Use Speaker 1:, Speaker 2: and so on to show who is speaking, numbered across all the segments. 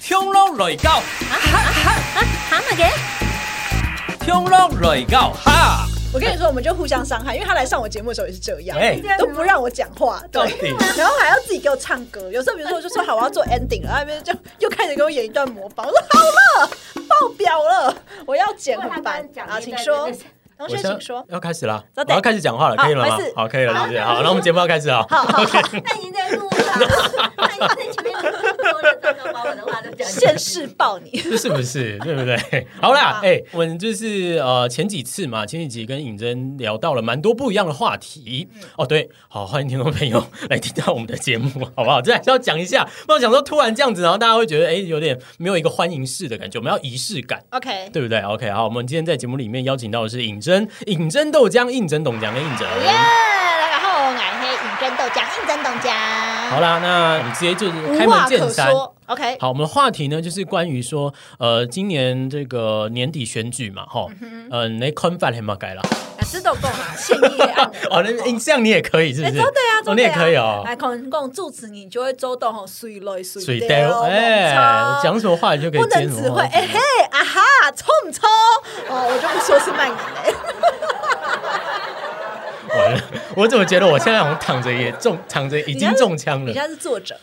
Speaker 1: 跳落来到，
Speaker 2: 蛤蟆给，
Speaker 1: 跳落来到哈，
Speaker 3: 我跟你说，我们就互相伤害，因为他来上我节目的时候也是这样，
Speaker 1: 哎，
Speaker 3: 都不让我讲话，
Speaker 1: 到
Speaker 3: 对，
Speaker 1: 底
Speaker 3: 然后还要自己给我唱歌。有时候比如说我就说好我要做 ending 了，然后那边就 又开始给我演一段模仿，我说好了，爆表了，我要剪很烦啊，请说，同学
Speaker 1: 我现在
Speaker 3: 请说，
Speaker 1: 要开始了，
Speaker 3: 稍
Speaker 1: 我
Speaker 3: 等
Speaker 1: 要开始讲话了，
Speaker 3: 好
Speaker 1: 可以了吗
Speaker 3: 没事？
Speaker 1: 好，可以了，
Speaker 3: 好
Speaker 1: 对不对？好，那我们节目要开始啊了。
Speaker 3: 好好好，
Speaker 2: 那已经在录了，那已经在前面说了，刚刚把我的话都讲
Speaker 3: 现世爆你，
Speaker 1: 这是不是 对不对？好啦
Speaker 3: 好，啊
Speaker 1: 哎、我们就是呃前几次嘛，前几集跟尹真聊到了蛮多不一样的话题、
Speaker 3: 嗯
Speaker 1: 哦。对，好，欢迎听众朋友来听到我们的节目，好不好？这还是要讲一下，不然想说突然这样子，然后大家会觉得哎、有点没有一个欢迎式的感觉，我们要仪式感。
Speaker 3: OK，
Speaker 1: 对不对？OK，好，我们今天在节目里面邀请到的是尹真、尹真豆浆、应真董奖跟应真。
Speaker 2: 耶，大家好，我是尹真豆浆，尹真豆浆。
Speaker 1: 好啦，那我们直接就是开
Speaker 3: 无
Speaker 1: 门
Speaker 3: 话
Speaker 1: 见
Speaker 3: 可
Speaker 1: 山。
Speaker 3: 说，OK，
Speaker 1: 好，我们的话题呢，就是关于说，呃，今年这个年底选举嘛，哈，
Speaker 3: 嗯
Speaker 1: 呃，你那 c o n f i d 嘛改了，
Speaker 3: 啊，这都够了，现役案了
Speaker 1: 哦，那印象你也可以是不
Speaker 3: 哎，
Speaker 1: 是？
Speaker 3: 周对啊，周
Speaker 1: 哦，你
Speaker 3: 对
Speaker 1: 也
Speaker 3: 啊，
Speaker 1: 可以哦。
Speaker 3: 来，可能讲祝词，你就会周到吼，水来水
Speaker 1: 水
Speaker 3: 掉，
Speaker 1: 呆，哎
Speaker 3: 猛，抽
Speaker 1: 讲什么话你就可以
Speaker 3: 不
Speaker 1: 接
Speaker 3: 能
Speaker 1: 什
Speaker 3: 只
Speaker 1: 么
Speaker 3: 会
Speaker 1: 话。
Speaker 3: 哎、嘿啊哈，冲不冲？哦，我就不说是慢语嘞。
Speaker 1: 完了，我怎么觉得我现在好像躺着也中，躺着已
Speaker 3: 你
Speaker 1: 经
Speaker 3: 现在
Speaker 1: 中枪
Speaker 3: 你
Speaker 1: 了
Speaker 3: 现在是作者，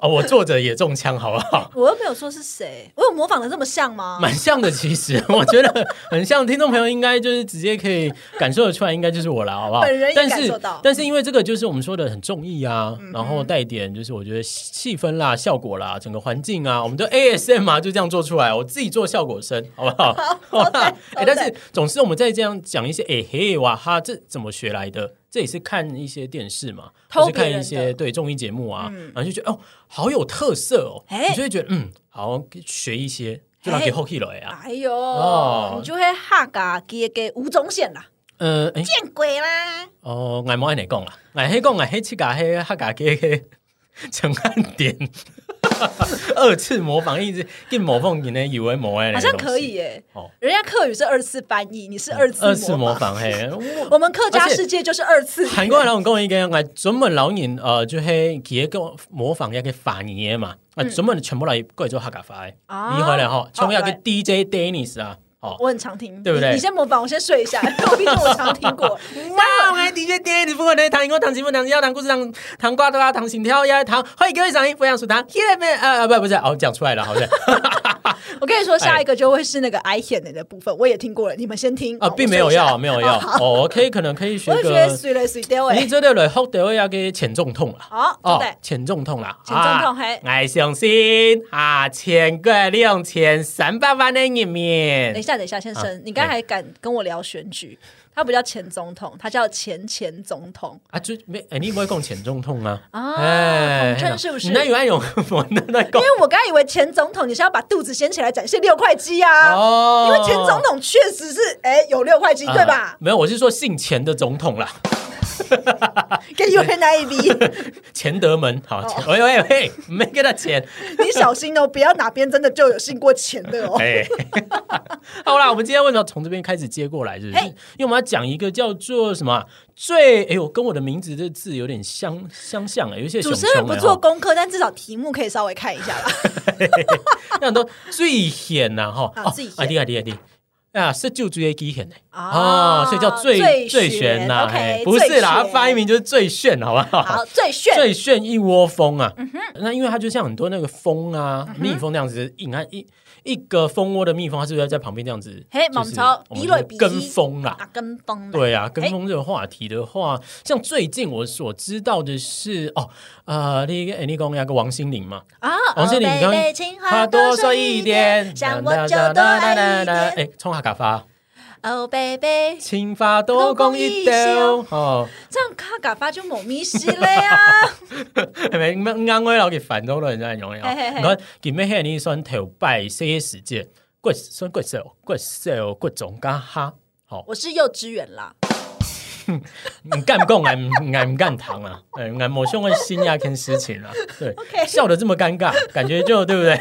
Speaker 1: 哦，我坐着也中枪，好不好？
Speaker 3: 我又没有说是谁，我有模仿的这么像吗？
Speaker 1: 蛮像的，其实 我觉得很像。听众朋友应该就是直接可以感受得出来，应该就是我了，好不好？
Speaker 3: 本人也
Speaker 1: 但
Speaker 3: 感
Speaker 1: 是
Speaker 3: 受到嗯
Speaker 1: 但是因为这个就是我们说的很中意啊，然后带一点就是我觉得气氛啦、效果啦、整个环境啊，我们的 ASM 啊就这样做出来，我自己做效果声，好不 好？ 好吧哎，但是总之我们在这样讲一些哎嘿哇哈，这怎么学来的？这也是看一些电视嘛，
Speaker 3: 偷
Speaker 1: 或是看
Speaker 3: 别人的
Speaker 1: 一
Speaker 3: 嗯
Speaker 1: 些对综艺节目啊，然后就觉得哦，好有特色哦，
Speaker 3: 哎
Speaker 1: 你就会觉得嗯，好学一些，就让给
Speaker 3: 哎
Speaker 1: Hoki 了呀。
Speaker 3: 哎呦，
Speaker 1: 哦
Speaker 3: 你就会哈嘎给给吴宗宪啦，
Speaker 1: 呃，哎、
Speaker 2: 见鬼啦！
Speaker 1: 哦，俺冇安尼讲啦，俺黑讲俺黑七噶黑哈噶给 黑陈汉典， 二次模仿，一直跟某凤你呢以为某哎，
Speaker 3: 好像可以耶、
Speaker 1: 哦
Speaker 3: 人家客语是二次翻译，你是二次
Speaker 1: 二次模
Speaker 3: 模仿。
Speaker 1: 仿嘿。
Speaker 3: 我们客家世界就是二次，
Speaker 1: 韩国人哦跟我一个，俺专门老人呃，就嘿，佮个模仿一个法尼耶嘛，啊，专门全部来过来做哈嘎法的，
Speaker 3: 嗯啊
Speaker 1: 厉害了吼，像一个
Speaker 3: 来
Speaker 1: DJ Dennis 啊，哦，
Speaker 3: 我很常听，
Speaker 1: 对不对
Speaker 3: 你你先模仿，我先睡一 下，因为毕竟我常听过。
Speaker 1: 哇！我爱 DJ 爹，你不管在糖果、糖媳妇、糖腰、糖故事、糖糖瓜啦、糖心跳呀、糖，欢迎各位赏樱不要数糖。Here 呃，不不是，哦，讲出来了，好像
Speaker 3: 我跟你说，下一个就会是那个 I 显的部分，我也听过了，你们先听
Speaker 1: 啊，并没有。
Speaker 3: 哦
Speaker 1: 要，没有要。哦，可以，可能可以学
Speaker 3: 我睡一下我也觉得
Speaker 1: 个。
Speaker 3: 随来随掉哎
Speaker 1: 你，哦这对了，后头要给浅重痛了。
Speaker 3: 好，对不对？
Speaker 1: 浅重痛啦，
Speaker 3: 浅重痛嘿
Speaker 1: 啊爱相信啊，千个两千三百万的人
Speaker 3: 等一
Speaker 1: 民，
Speaker 3: 下，等一下，先生，
Speaker 1: 啊
Speaker 3: 你刚才还敢跟我聊选举？他不叫前总统，他叫前前总统
Speaker 1: 啊，就没，哎，你不会讲浅重痛啊？
Speaker 3: 啊，
Speaker 1: 哎
Speaker 3: 统称是不是？
Speaker 1: 你那
Speaker 3: 因
Speaker 1: 有爱用我那那讲
Speaker 3: 为我刚才以为前总统你是要把肚子掀起来展现六块肌啊，
Speaker 1: 哦
Speaker 3: 因为前总统确实是哎有六块肌
Speaker 1: 啊
Speaker 3: 对吧？
Speaker 1: 没有，我是说姓钱的总统啦，
Speaker 3: 跟 U N I V，
Speaker 1: 钱德门。
Speaker 3: 哦
Speaker 1: 好，钱喂喂喂，没给他钱。
Speaker 3: 你小心哦，不要哪边真的就有信过钱的哦。
Speaker 1: 哎，好啦，我们今天为什么要从这边开始接过来？是不是？
Speaker 3: 哎
Speaker 1: 因为我们要讲一个叫做什么啊最……哎呦，跟我的名字这字有点相相像哎，有一些
Speaker 3: 主持人不做
Speaker 1: 够，
Speaker 3: 功课，但至少题目可以稍微看一下 吧。
Speaker 1: 那很多最险呐哈，
Speaker 3: 啊
Speaker 1: 哦
Speaker 3: 最险
Speaker 1: 啊厉害厉害厉害。啊，是就最机险哎，
Speaker 3: 啊
Speaker 1: 啊，所以叫最
Speaker 3: 最
Speaker 1: 最
Speaker 3: 炫
Speaker 1: 炫呐，
Speaker 3: OK，
Speaker 1: 嘿不是啦，
Speaker 3: 最炫
Speaker 1: 发音名就是最炫，好不好？
Speaker 3: 好，最炫
Speaker 1: 最炫一窝蜂啊！
Speaker 3: 嗯
Speaker 1: 那因为它就像很多那个蜂啊，蜜蜂那样子，你看一一个蜂窝的蜜蜂，它是不是在旁边这样子？
Speaker 3: 嘿
Speaker 1: 就是
Speaker 3: 猛朝
Speaker 1: 我们
Speaker 3: 比类
Speaker 1: 就
Speaker 3: 比
Speaker 1: 跟风啦。
Speaker 3: 啊，跟风的
Speaker 1: 对啊，跟风这个话题的话，像最近我所知道的是，哦，呃，那个哎，你讲那个王心凌嘛，
Speaker 3: 啊，
Speaker 1: 王心凌
Speaker 3: 哦
Speaker 1: 刚
Speaker 3: 北北青
Speaker 1: 她
Speaker 3: 花
Speaker 1: 多
Speaker 3: 多
Speaker 1: 说
Speaker 3: 说
Speaker 1: 一
Speaker 3: 一
Speaker 1: 点
Speaker 3: 点，，想我就多爱一点。
Speaker 1: 哎，冲下卡发，
Speaker 2: 哦，贝贝，
Speaker 1: 青发多讲一点哦，
Speaker 3: 这样卡嘎发就某咪西了 呀！
Speaker 1: 没没安慰老给烦到了，人家容易
Speaker 3: 嘿嘿嘿
Speaker 1: 你看，今日遐尼算头摆这些时间，骨算骨瘦骨瘦骨总加哈，好，
Speaker 3: 我是幼稚园啦，
Speaker 1: 唔敢讲，俺俺唔敢谈啊，哎，俺某兄会心压天事情啊，对
Speaker 3: OK
Speaker 1: 笑得这么尴尬，感觉就对不对？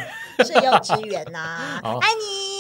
Speaker 2: 是幼稚园 呐
Speaker 1: 好，
Speaker 2: 爱你。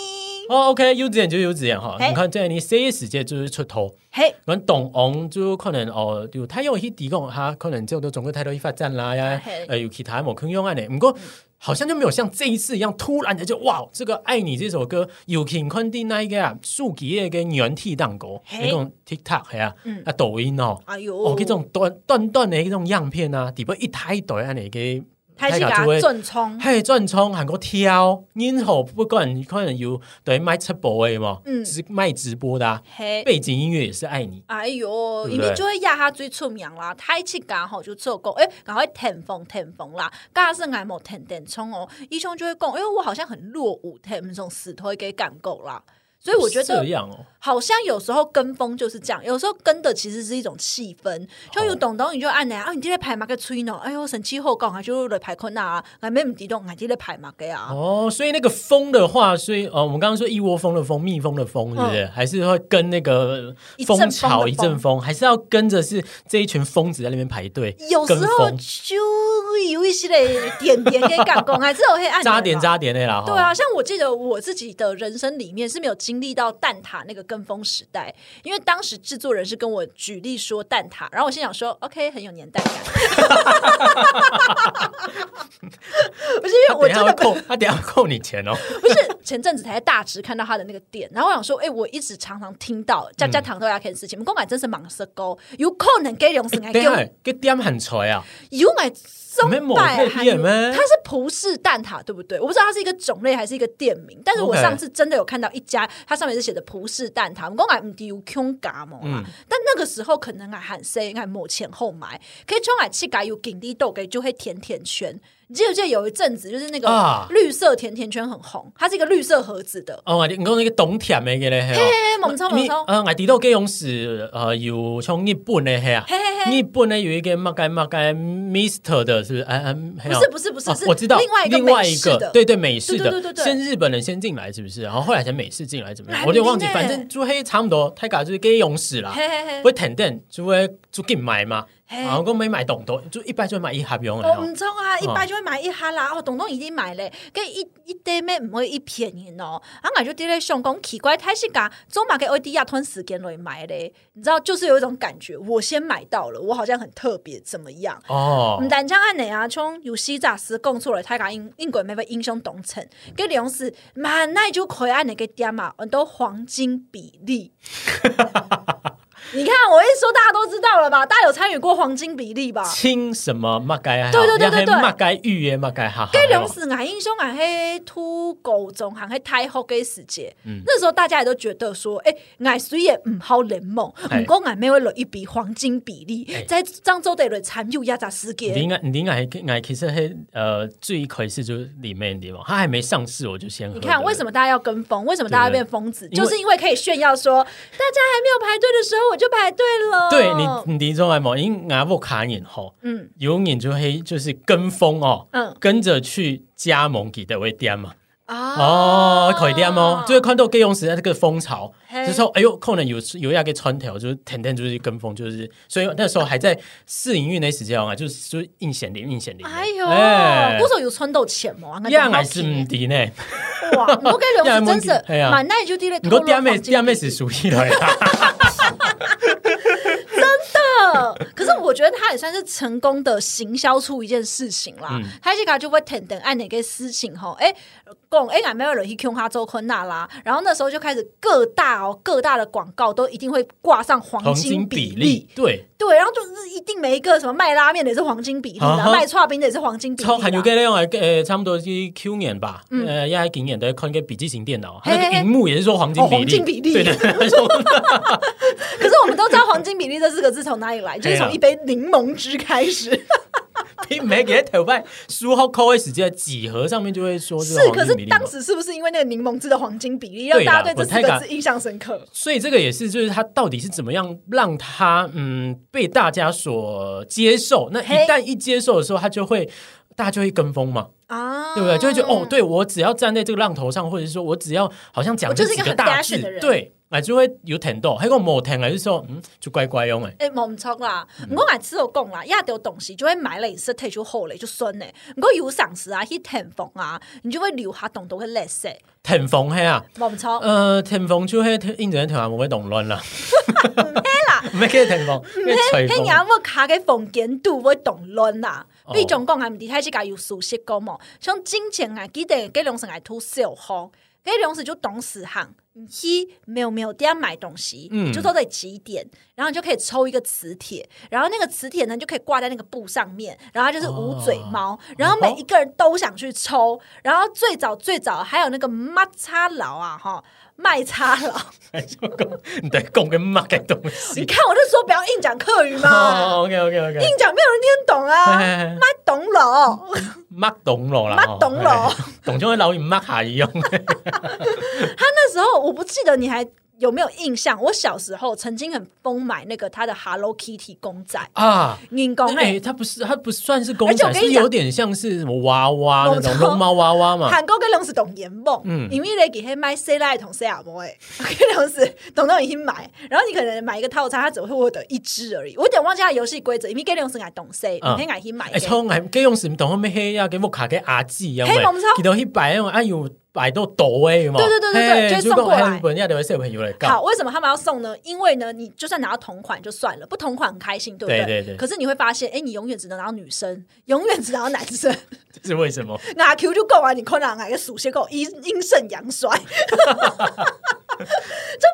Speaker 1: 哦，OK，幼稚园就幼稚园哈，
Speaker 3: 嘿
Speaker 1: 你看这你这些时间就是出头。
Speaker 3: 嘿，
Speaker 1: 阮懂王就可能哦，就他有去提供哈，可能之后都中国态度去发展啦呀
Speaker 3: 嘿，
Speaker 1: 呃，有其他无肯用安尼。毋过好像就没有像这一次一样突然的就哇，这个《爱你》这首歌有挺宽的那一个啊，数几页跟原替当狗，
Speaker 3: 嘿
Speaker 1: 那种 TikTok 嘿啊，
Speaker 3: 嗯
Speaker 1: 啊抖音哦，
Speaker 3: 哎呦，
Speaker 1: 哦，这种短短短的那种样片啊，底部一抬抖啊，你给
Speaker 3: 开始给他正冲，
Speaker 1: 嘿，转冲韩国挑，然后不管可能有对卖直播的嘛，
Speaker 3: 嗯
Speaker 1: 直卖直播的、啊，
Speaker 3: 嘿。
Speaker 1: 背景音乐也是爱你。
Speaker 3: 哎呦，
Speaker 1: 对
Speaker 3: 因
Speaker 1: 不对
Speaker 3: 为就会压他最出名啦，太气感吼就做够，哎、赶快腾风腾风啦，加上还某腾腾冲哦，医生就会讲，因为我好像很落伍，腾从死推给赶够啦，所以我觉
Speaker 1: 这
Speaker 3: 得
Speaker 1: 样哦，
Speaker 3: 好像有时候跟风就是这样，有时候跟的其实是一种气氛，就有懂懂你就按呢，啊，你这个牌嘛个吹呢，哎呦，神气后讲，还就来排困啊，俺没唔敌动，俺这个牌嘛个啊，
Speaker 1: 哦，所以那个风的话，所以哦，我们刚刚说一窝蜂的蜂，蜜蜂的蜂，是不是？还是会跟那个
Speaker 3: 嗯一阵风
Speaker 1: 蜂
Speaker 3: 的
Speaker 1: 潮一阵
Speaker 3: 风
Speaker 1: 风，还是要跟着是这一群疯子在那边排队，
Speaker 3: 有时
Speaker 1: 跟
Speaker 3: 候
Speaker 1: 风
Speaker 3: 就有一些的点点可以赶工，还是啊有黑暗
Speaker 1: 扎点哦扎点的啦。
Speaker 3: 对啊，像我记得我自己的人生里面是没有经历到蛋挞那个跟风时代，因为当时制作人是跟我举例说蛋挞，然后我心想说 OK 很有年代感， 不是因为
Speaker 1: 吼，
Speaker 3: 我真
Speaker 1: 他等一
Speaker 3: 的
Speaker 1: 下会
Speaker 3: 不
Speaker 1: 扣，他等一下会扣你钱 哦。
Speaker 3: 不是前阵子才在大直看到他的那个店，然后我想说，哎、我一直常常听到家家糖豆芽看事情，我讲买真是忙死狗，有可能给两生来给
Speaker 1: 等一，下，这点很锤啊，
Speaker 3: 有买松
Speaker 1: 没某
Speaker 3: 柏
Speaker 1: 那
Speaker 3: 还
Speaker 1: 店咩
Speaker 3: 它是葡式蛋挞，对不对？我不知道它是一个种类还是一个店名，但是我
Speaker 1: OK
Speaker 3: 上次真的有看到一家，它上面是写的葡式蛋挞，我讲买唔丢 Q 嘎嘛
Speaker 1: 嗯，
Speaker 3: 但那个时候可能俺喊 C 俺某前后买，可以冲俺气嘎有紧地豆给就会甜甜圈。你记不记得有一阵子就是那
Speaker 1: 啊
Speaker 3: 个绿色甜甜圈很红，它是一个绿色盒子的。
Speaker 1: 哦，你讲那个懂甜的个咧，嘿哦
Speaker 3: 嘿，猛超猛
Speaker 1: 你
Speaker 3: 超，
Speaker 1: 呃，我知道这种是呃有像日本的嘿啊，
Speaker 3: 嘿嘿嘿，
Speaker 1: 日本的有一个乜该乜该 Mister 的，是不是？哎哎，不
Speaker 3: 不是不是不是，是
Speaker 1: 我知道
Speaker 3: 另外一个
Speaker 1: 另外
Speaker 3: 美
Speaker 1: 一
Speaker 3: 式
Speaker 1: 个
Speaker 3: 的，
Speaker 1: 对对美式的，
Speaker 3: 对对对对对
Speaker 1: 先日本人先进来是不是？然后后来才美式进来怎么样？
Speaker 3: 来
Speaker 1: 我有点忘记，
Speaker 3: 不定欸
Speaker 1: 反正朱黑差不多，泰嘎就是给勇士啦，
Speaker 3: 嘿嘿嘿，
Speaker 1: 会腾腾就会就给买嘛，
Speaker 3: 嘿
Speaker 1: 然后我没买懂多，就一般就会买一盒用
Speaker 3: 哦，
Speaker 1: 了
Speaker 3: 唔。错啊，一
Speaker 1: 哦
Speaker 3: 百就会买一哈啦。哦，东东已经买嘞，跟一一堆咩唔会一便宜哦。啊，我就伫咧想讲奇怪，开始讲总嘛给欧迪亚吞时间来买嘞，你知道，就是有一种感觉，我先买到了，我好像很特别，怎么样？
Speaker 1: 哦
Speaker 3: 唔，但这样按你啊，从有西扎斯供出来，他讲英英国妹妹英雄懂成，
Speaker 1: 嗯
Speaker 3: 跟李勇士满耐就可以按那个点嘛，很多黄哦金比 例。你看，我一说大家都知道了吧？大家有参与过黄金比例吧？
Speaker 1: 哦清什么乜该？
Speaker 3: 对对对对对
Speaker 1: 乜该预约乜该哈哈。
Speaker 3: 跟
Speaker 1: 嘿哦
Speaker 3: 龙死俺英雄俺黑秃狗总行黑太后给死结
Speaker 1: 嗯，
Speaker 3: 那时候大家也都觉得说，哎、俺谁也唔好联盟，
Speaker 1: 哎
Speaker 3: 唔过俺没为了一笔黄金比例
Speaker 1: 哎，
Speaker 3: 在漳州得了参与压榨世
Speaker 1: 你
Speaker 3: 界。
Speaker 1: 应该，你应该，该其实嘿，呃，最一开始就是里面的嘛，它还没上市我就先喝。
Speaker 3: 你看，为什
Speaker 1: 么？
Speaker 3: 么大家要跟风？为什么大家
Speaker 1: 对对
Speaker 3: 变疯子？
Speaker 1: 因为
Speaker 3: 就是因为可以炫耀说，大家还没有排队的时候我就排队了。
Speaker 1: 对
Speaker 3: 哦
Speaker 1: 你，你第一种来嘛，因为阿布卡眼吼，
Speaker 3: 嗯
Speaker 1: 有眼就黑，就是跟风哦，
Speaker 3: 嗯
Speaker 1: 跟着去加盟给的微店嘛。
Speaker 3: 啊
Speaker 1: 哦，可以店哦，就是看到给用时代这个风潮，
Speaker 3: 嘿
Speaker 1: 就说哎呦，可能有有亚给穿条，就是天天就是跟风，就是所以那时候还在试营运那时间啊，就是就是硬显灵硬显灵。
Speaker 3: 哎呦，歌手有穿到钱吗？俺讲
Speaker 1: 样
Speaker 3: 好
Speaker 1: 还是
Speaker 3: 听
Speaker 1: 唔敌呢？
Speaker 3: 哇，你都跟龙死真
Speaker 1: 样还
Speaker 3: 是
Speaker 1: 是哎呀
Speaker 3: 蛮耐就地嘞，
Speaker 1: 你个店妹店妹是属于来啦。
Speaker 3: 呃 可是我觉得他也算是成功的行销出一件事情啦
Speaker 1: 嗯。
Speaker 3: 他这个就会等等按哪个事情吼，哎，讲哎，俺没有人去 Q 哈周坤娜啦。然后那时候就开始各大哦各大的广告都一定会挂上黄
Speaker 1: 黄
Speaker 3: 金
Speaker 1: 金
Speaker 3: 比
Speaker 1: 比
Speaker 3: 例啊
Speaker 1: 例，，对，
Speaker 3: 对，然后就是一定每一个什么卖拉面的也是黄金比例
Speaker 1: 啊
Speaker 3: 啦，
Speaker 1: 哈
Speaker 3: 卖串冰的也是黄金比例
Speaker 1: 超
Speaker 3: 啦，
Speaker 1: 韩有个那种呃，差不多是 Q 年吧，
Speaker 3: 嗯
Speaker 1: 呃，也还今年的看个笔记型电脑，它
Speaker 3: 嘿嘿嘿
Speaker 1: 那个荧幕也是说黄金
Speaker 3: 哦
Speaker 1: 比例，
Speaker 3: 黄金比例
Speaker 1: 对对对，
Speaker 3: 可是我们都知道黄金比例这四个字从哪里 来，就是
Speaker 1: 对啊
Speaker 3: 从一杯柠檬汁开始。
Speaker 1: 你没给头发书后扣的时间几何上面就会说
Speaker 3: 是
Speaker 1: 这，
Speaker 3: 可
Speaker 1: 个 黄
Speaker 3: 是
Speaker 1: 金比例嘛
Speaker 3: 当时是不是因为那个柠檬汁的黄金比例，让
Speaker 1: 对啦
Speaker 3: 大家对这四
Speaker 1: 我太
Speaker 3: 个
Speaker 1: 敢
Speaker 3: 字印象深刻？
Speaker 1: 所以这个也是，就是它到底是怎么样让它嗯被大家所接受？那
Speaker 3: 嘿
Speaker 1: 一旦一接受的时候，它就会。大家就会跟风嘛，
Speaker 3: 啊，
Speaker 1: 对不对？就会觉得哦，对我只要站在这个浪头上，或者是说我只要好像讲
Speaker 3: 我就是
Speaker 1: 这
Speaker 3: 一
Speaker 1: 几
Speaker 3: 个很
Speaker 1: 大
Speaker 3: fashion
Speaker 1: 字
Speaker 3: 的人，
Speaker 1: 对，啊就会有舔豆，还有某舔来就说嗯，就乖乖用哎，
Speaker 3: 诶，冇毋错啦，毋过俺吃有讲啦，亚着东西就会买了，也是退出后嘞就酸嘞。毋过有赏识啊，去腾风啊，你就会留下东东会累死，
Speaker 1: 舔风嘿啊，
Speaker 3: 冇毋错。
Speaker 1: 呃，天风就会印着条啊，不会动 乱啦。唔啦，唔系叫天风，叫
Speaker 3: 嘿
Speaker 1: 吹
Speaker 3: 嘿，
Speaker 1: 风。
Speaker 3: 娘要卡个房间度会动乱啦，
Speaker 1: 哦
Speaker 3: 你总讲啊，毋是太去甲有熟悉讲嘛，像金钱啊，记得给龙神来吐小红，给龙神就懂死行，你去没有没有店买东西，
Speaker 1: 嗯
Speaker 3: 就都得几点，然后你就可以抽一个磁铁，然后那个磁铁呢就可以挂在那个布上面，然后它就是捂
Speaker 1: 哦
Speaker 3: 嘴猫，然后每一个人都想去抽，然后最早最早还有那个抹叉佬啊哈。卖叉 佬，
Speaker 1: 哎你在供跟骂的东
Speaker 3: 你
Speaker 1: 西。
Speaker 3: 看我就说不要硬讲客语嘛，
Speaker 1: 哦，OK OK OK，
Speaker 3: 硬讲没有人听懂啊，卖懂了。
Speaker 1: 骂懂了啦，
Speaker 3: 捌懂了
Speaker 1: 哦，嘿懂就会老你骂下一样。
Speaker 3: 那时候我不记得你还有没有印象，我小时候曾经很疯买那个他的 Hello Kitty 公仔，
Speaker 1: 啊。
Speaker 3: 硬公
Speaker 1: 哎、
Speaker 3: 哎。
Speaker 1: 它不是，它不算是公
Speaker 3: 而且
Speaker 1: 仔，
Speaker 3: 我跟你
Speaker 1: 是
Speaker 3: 讲
Speaker 1: 有点像是什么娃娃那
Speaker 3: 我
Speaker 1: 种
Speaker 3: 知道
Speaker 1: 龙猫娃娃嘛。
Speaker 3: 韩国跟龙是懂严梦，
Speaker 1: 啊嗯
Speaker 3: 因为嘞给黑买 C 赖同 C 阿摩 哎，跟龙是懂到已经买，然后你可能买一个套餐，他只会获得一只而已。我有点忘记他的游戏规则，因为跟龙是爱懂 C，
Speaker 1: 嗯
Speaker 3: 你可以爱去买
Speaker 1: 哎，。从来给用什么？等后面黑呀，啊给我卡给阿记一样。
Speaker 3: 嘿我们知道
Speaker 1: 给到一百那种，哎呦，百度抖哎嘛。
Speaker 3: 对对对对对
Speaker 1: 嘿
Speaker 3: 就送过来
Speaker 1: 哎人家都会小朋友来
Speaker 3: 好，
Speaker 1: 搞。
Speaker 3: 为什么他们要送呢？因为呢，你就算拿到同款就算了，不同款很开心，对不对？
Speaker 1: 对对对
Speaker 3: 可是你会发现，哎、你永远只能拿到女生， 永远只能拿到男生。
Speaker 1: 这是为什么？
Speaker 3: 哪 Q 就够啊！你困难哪个属性够阴阴盛阳衰， 就就是他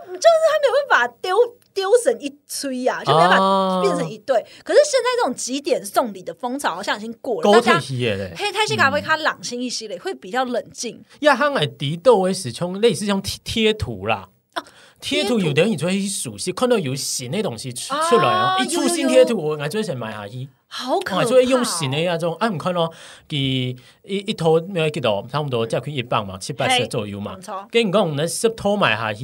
Speaker 3: 没有办法丢丢成一吹呀、啊，就没办
Speaker 1: 哦
Speaker 3: 法变成一对。可是现在这种几点送礼的风潮好像已经过了，
Speaker 1: 高
Speaker 3: 大
Speaker 1: 铁
Speaker 3: 家
Speaker 1: 系列嘞，
Speaker 3: 黑太西卡会
Speaker 1: 嗯
Speaker 3: 卡朗心一些嘞，会比较冷静。
Speaker 1: 亚汉来哎迪豆为使用类似像贴贴图啦。贴图
Speaker 3: 哦贴图
Speaker 1: 有的人你就会去熟悉，看到有型的东西出
Speaker 3: 啊
Speaker 1: 出来哦，一
Speaker 3: 有
Speaker 1: 出
Speaker 3: 有
Speaker 1: 新
Speaker 3: 有
Speaker 1: 贴图，我俺最想买下衣。
Speaker 3: 好可怕、
Speaker 1: 我
Speaker 3: 哦
Speaker 1: 就会用新的，那种，啊，唔看咯，佮一一头没有几多，差不多价去一磅嘛，七八十
Speaker 3: 嘿
Speaker 1: 左右嘛
Speaker 3: 没错。
Speaker 1: 跟你讲，那十头买下去，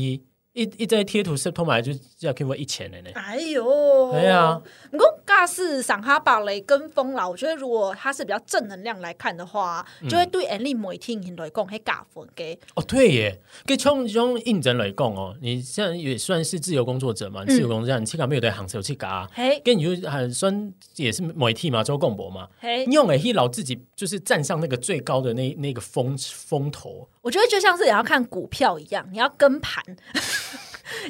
Speaker 1: 一一张贴图十头买就价去我一千的呢。
Speaker 3: 哎呦，
Speaker 1: 哎呀，
Speaker 3: 不过尬是赏哈巴雷跟风啦，我觉得如果他是比较正能量来看的话，
Speaker 1: 嗯
Speaker 3: 就会对 Annie 每天很来讲，嘿尬分给
Speaker 1: 哦，对耶，跟从用应征来讲哦，你现在也算是自由工作者嘛，自由工作者，你去搞没有对行手去搞啊，
Speaker 3: 嗯嘿
Speaker 1: 跟你就很算也是媒体嘛，做广播嘛。
Speaker 3: 嘿
Speaker 1: 你用诶，去老自己就是站上那个最高的那那个风风头，
Speaker 3: 我觉得就像是你要看股票一样，你要跟盘，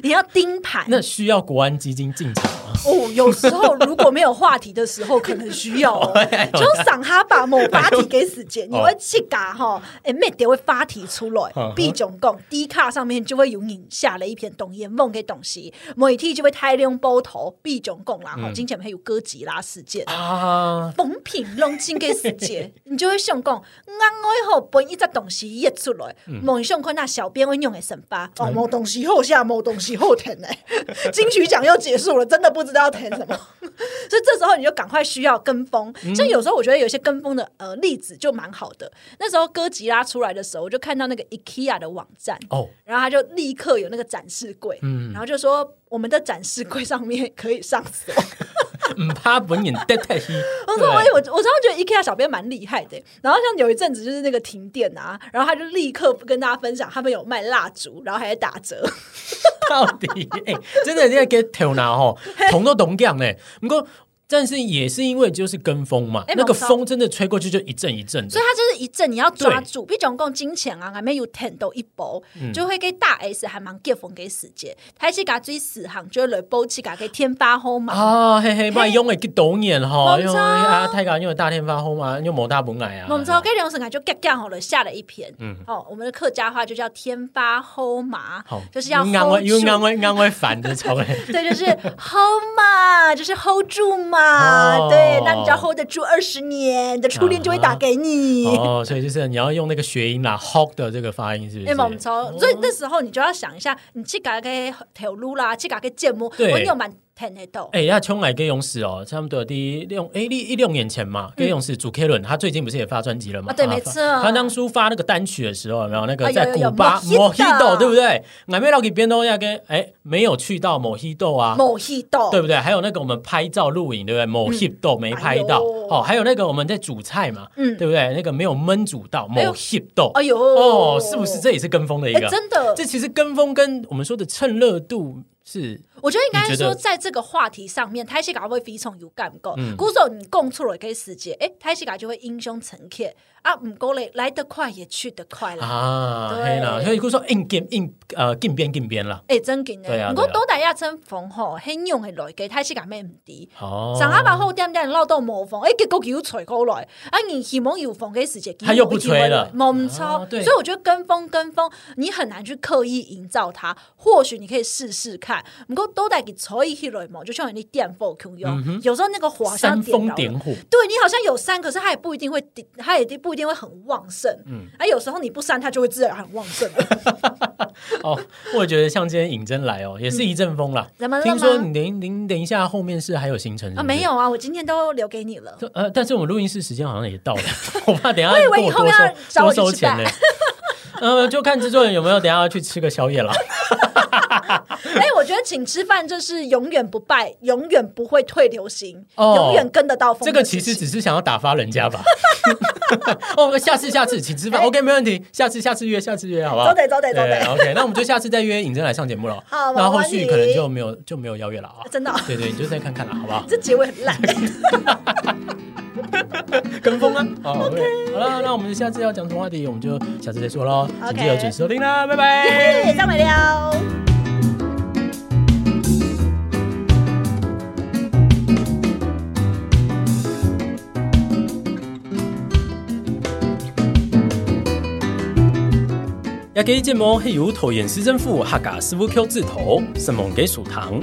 Speaker 3: 你要盯盘。
Speaker 1: 那需要国安基金进场吗？
Speaker 3: 哦，有时候如果没有话题的时候，可能需要、哦
Speaker 1: 哎，呦
Speaker 3: 就赏他把某八题给死结，你
Speaker 1: 哦
Speaker 3: 会气嘎哈，哎，妹得会发题出来
Speaker 1: 嗯哼，
Speaker 3: 必囧共低卡上面就会有影下了一篇董言梦给董西，每题就会太用包头，必囧共啦，
Speaker 1: 嗯
Speaker 3: 哈，金钱还有哥吉拉事件。
Speaker 1: 啊，
Speaker 3: 风平浪静的世界，你就会想讲，俺爱好本一只东西一出来，梦想看那小编会用的神巴，哦，某东西后下，某东西后填呢。金曲奖又结束了，真的不知道要填什么， 所以这时候你就赶快需要跟风。像有时候我觉得有些跟风的呃例子就蛮好的。那时候哥吉拉出来的时候，我就看到那个 IKEA 的网站，
Speaker 1: 哦，
Speaker 3: 然后他就立刻有那个展示柜，然后就说我们的展示柜上面可以上锁。
Speaker 1: 唔怕本人得太稀。
Speaker 3: 我说我我我常常觉得 IKEA 小编蛮厉害的欸、然后像有一阵子就是那个停电啊，然后他就立刻跟大家分享他们有卖蜡烛，然后还在打折。
Speaker 1: 到底， 哎、真的在给头 拿吼，同都同样呢。不过，但是也是因为就是跟风嘛，
Speaker 3: 哎
Speaker 1: 那个
Speaker 3: 没错
Speaker 1: 风真的吹过去就一阵一阵
Speaker 3: 所
Speaker 1: 的
Speaker 3: 以。它就是一阵你要抓住，比总共金钱啊，还没有 ten 都一波，
Speaker 1: 嗯
Speaker 3: 就会给大 S 还蛮 give 给死结，他是给追死行，就会来包起给给天发后嘛。
Speaker 1: 啊，嘿嘿，把用诶去抖眼吼，
Speaker 3: 没
Speaker 1: 因为
Speaker 3: 错
Speaker 1: 啊太高，因为大天发红嘛，因为某大本来啊，
Speaker 3: 我们知道，该梁省感就干干好了，下了一篇。嗯，哦，我们的客家话就叫天发后麻
Speaker 1: 好，，
Speaker 3: 就是要 hold
Speaker 1: 安慰，又
Speaker 3: 住
Speaker 1: 安慰，安慰烦 的超嘞。
Speaker 3: 对，就是 hold 嘛，就是 hold 住嘛。
Speaker 1: 哦
Speaker 3: 对，那你只要 hold 得住二十年，你的初恋就会打给 你。
Speaker 1: 哦，所以就是你要用那个学音啦 h o k 的这个发音是不
Speaker 3: 哎，
Speaker 1: 是？
Speaker 3: 猛
Speaker 1: 哦
Speaker 3: 超，所以那时候你就要想一下，你去搞个条路啦，去搞个节目，
Speaker 1: 对
Speaker 3: 我有蛮疼的到。
Speaker 1: 哎、那冲来跟勇士哦，差不多第六哎一一六年前嘛，跟勇士主 K 伦，他最近不是也发专辑了吗？
Speaker 3: 嗯啊对
Speaker 1: 他
Speaker 3: 没
Speaker 1: 发
Speaker 3: 错
Speaker 1: 他当初发那个单曲的时候，有没有那个
Speaker 3: 啊
Speaker 1: 在
Speaker 3: 有有
Speaker 1: 古
Speaker 3: 有
Speaker 1: 巴
Speaker 3: Mojito
Speaker 1: Mojito 对不对？俺妹老给边都要跟哎没有去到 Mojito 啊。
Speaker 3: 某一到，
Speaker 1: 对不对？还有那个我们拍照录影，对不对？某 hip 豆没拍到、
Speaker 3: 哎呦
Speaker 1: 哦，还有那个我们在煮菜嘛，
Speaker 3: 嗯
Speaker 1: 对不对？那个没有焖煮到哦某
Speaker 3: 哎呦
Speaker 1: hip 豆，
Speaker 3: 哎呦，
Speaker 1: 哦，是不是？这也是跟风的一
Speaker 3: 哎
Speaker 1: 个，，
Speaker 3: 真的
Speaker 1: 这，其实跟风跟我们说的趁热度是
Speaker 3: 我觉得应该
Speaker 1: 你
Speaker 3: 是
Speaker 1: 觉得
Speaker 3: 说，
Speaker 1: 嗯
Speaker 3: 在这个话题上面，台西嘎会非常有感够。古手你供错了可以时间，哎，台西嘎就会英雄成客啊，唔够嘞，来得快也去得快啦。
Speaker 1: 啊，
Speaker 3: 对
Speaker 1: 嘿啦，所以就说硬变硬呃硬变硬变啦。
Speaker 3: 哎，真紧
Speaker 1: 对
Speaker 3: 诶，
Speaker 1: 啊
Speaker 3: 不过
Speaker 1: 对啊
Speaker 3: 都大家真缝吼，很用的来给台西嘎咩唔低。
Speaker 1: 哦，
Speaker 3: 上阿爸后点点闹到无缝，哎、结果又吹过来，啊，你希望有缝给时间，
Speaker 1: 他又不吹了
Speaker 3: 冇唔超、
Speaker 1: 啊对
Speaker 3: 所以我觉得跟风跟风，你很难去刻意营造它。或许你可以试试看，不过都得给吹起来嘛，就像你电风穷
Speaker 1: 嗯
Speaker 3: 用，有时候那个火好像
Speaker 1: 煽
Speaker 3: 点
Speaker 1: 风
Speaker 3: 着
Speaker 1: 点
Speaker 3: 了。
Speaker 1: 火，
Speaker 3: 对你好像有山，可是它也不一定会顶，它也不一定会很旺盛。嗯，啊，有时候你不山，它就会自然很旺 盛。
Speaker 1: 哦， 我也觉得像今天尹真来哦，也是一阵风啦。
Speaker 3: 嗯怎么了
Speaker 1: 听说
Speaker 3: 吗？
Speaker 1: 你等您等一下，后面是还有行程是不
Speaker 3: 啊，
Speaker 1: 是
Speaker 3: 没。有啊，我今天都留给你了。
Speaker 1: 就呃，但是我们录音室时间好像也 到了，我怕等一下
Speaker 3: 我以为你
Speaker 1: 跟我
Speaker 3: 后面要
Speaker 1: 多收
Speaker 3: 找我
Speaker 1: 多
Speaker 3: 一起
Speaker 1: 收钱呢。 呃，就看制作人有没有等一下要去吃个宵夜了。
Speaker 3: 哎，我觉得请吃饭就是永远不败，永远不会退流行，
Speaker 1: 哦
Speaker 3: 永远跟得到风
Speaker 1: 这
Speaker 3: 的事情。
Speaker 1: 个其实只是想要打发人家吧。 哦，下次下次请吃饭
Speaker 3: 哎
Speaker 1: ，OK，没问题。下次下次约，下次约，好不好？
Speaker 3: 走得走得走
Speaker 1: 对
Speaker 3: 得，
Speaker 1: ，OK，那我们就下次再约尹真来上节目了。
Speaker 3: 好
Speaker 1: 那
Speaker 3: 没
Speaker 1: 后
Speaker 3: 问
Speaker 1: 续
Speaker 3: 题
Speaker 1: 可能就没有就没有邀约了啊。
Speaker 3: 真的哦、
Speaker 1: 对对，你就再看看了，好不好？
Speaker 3: 这结尾很 烂。
Speaker 1: 跟风啊。 哦 OK，好了，那我们下次要讲什么话题，我们就下次再说喽。请
Speaker 3: OK
Speaker 1: 记得准时收听啦，拜拜。
Speaker 3: 耶，上没了。
Speaker 1: 也给建模黑油头眼失正负，哈嘎师傅 Q 字头，圣蒙给属堂。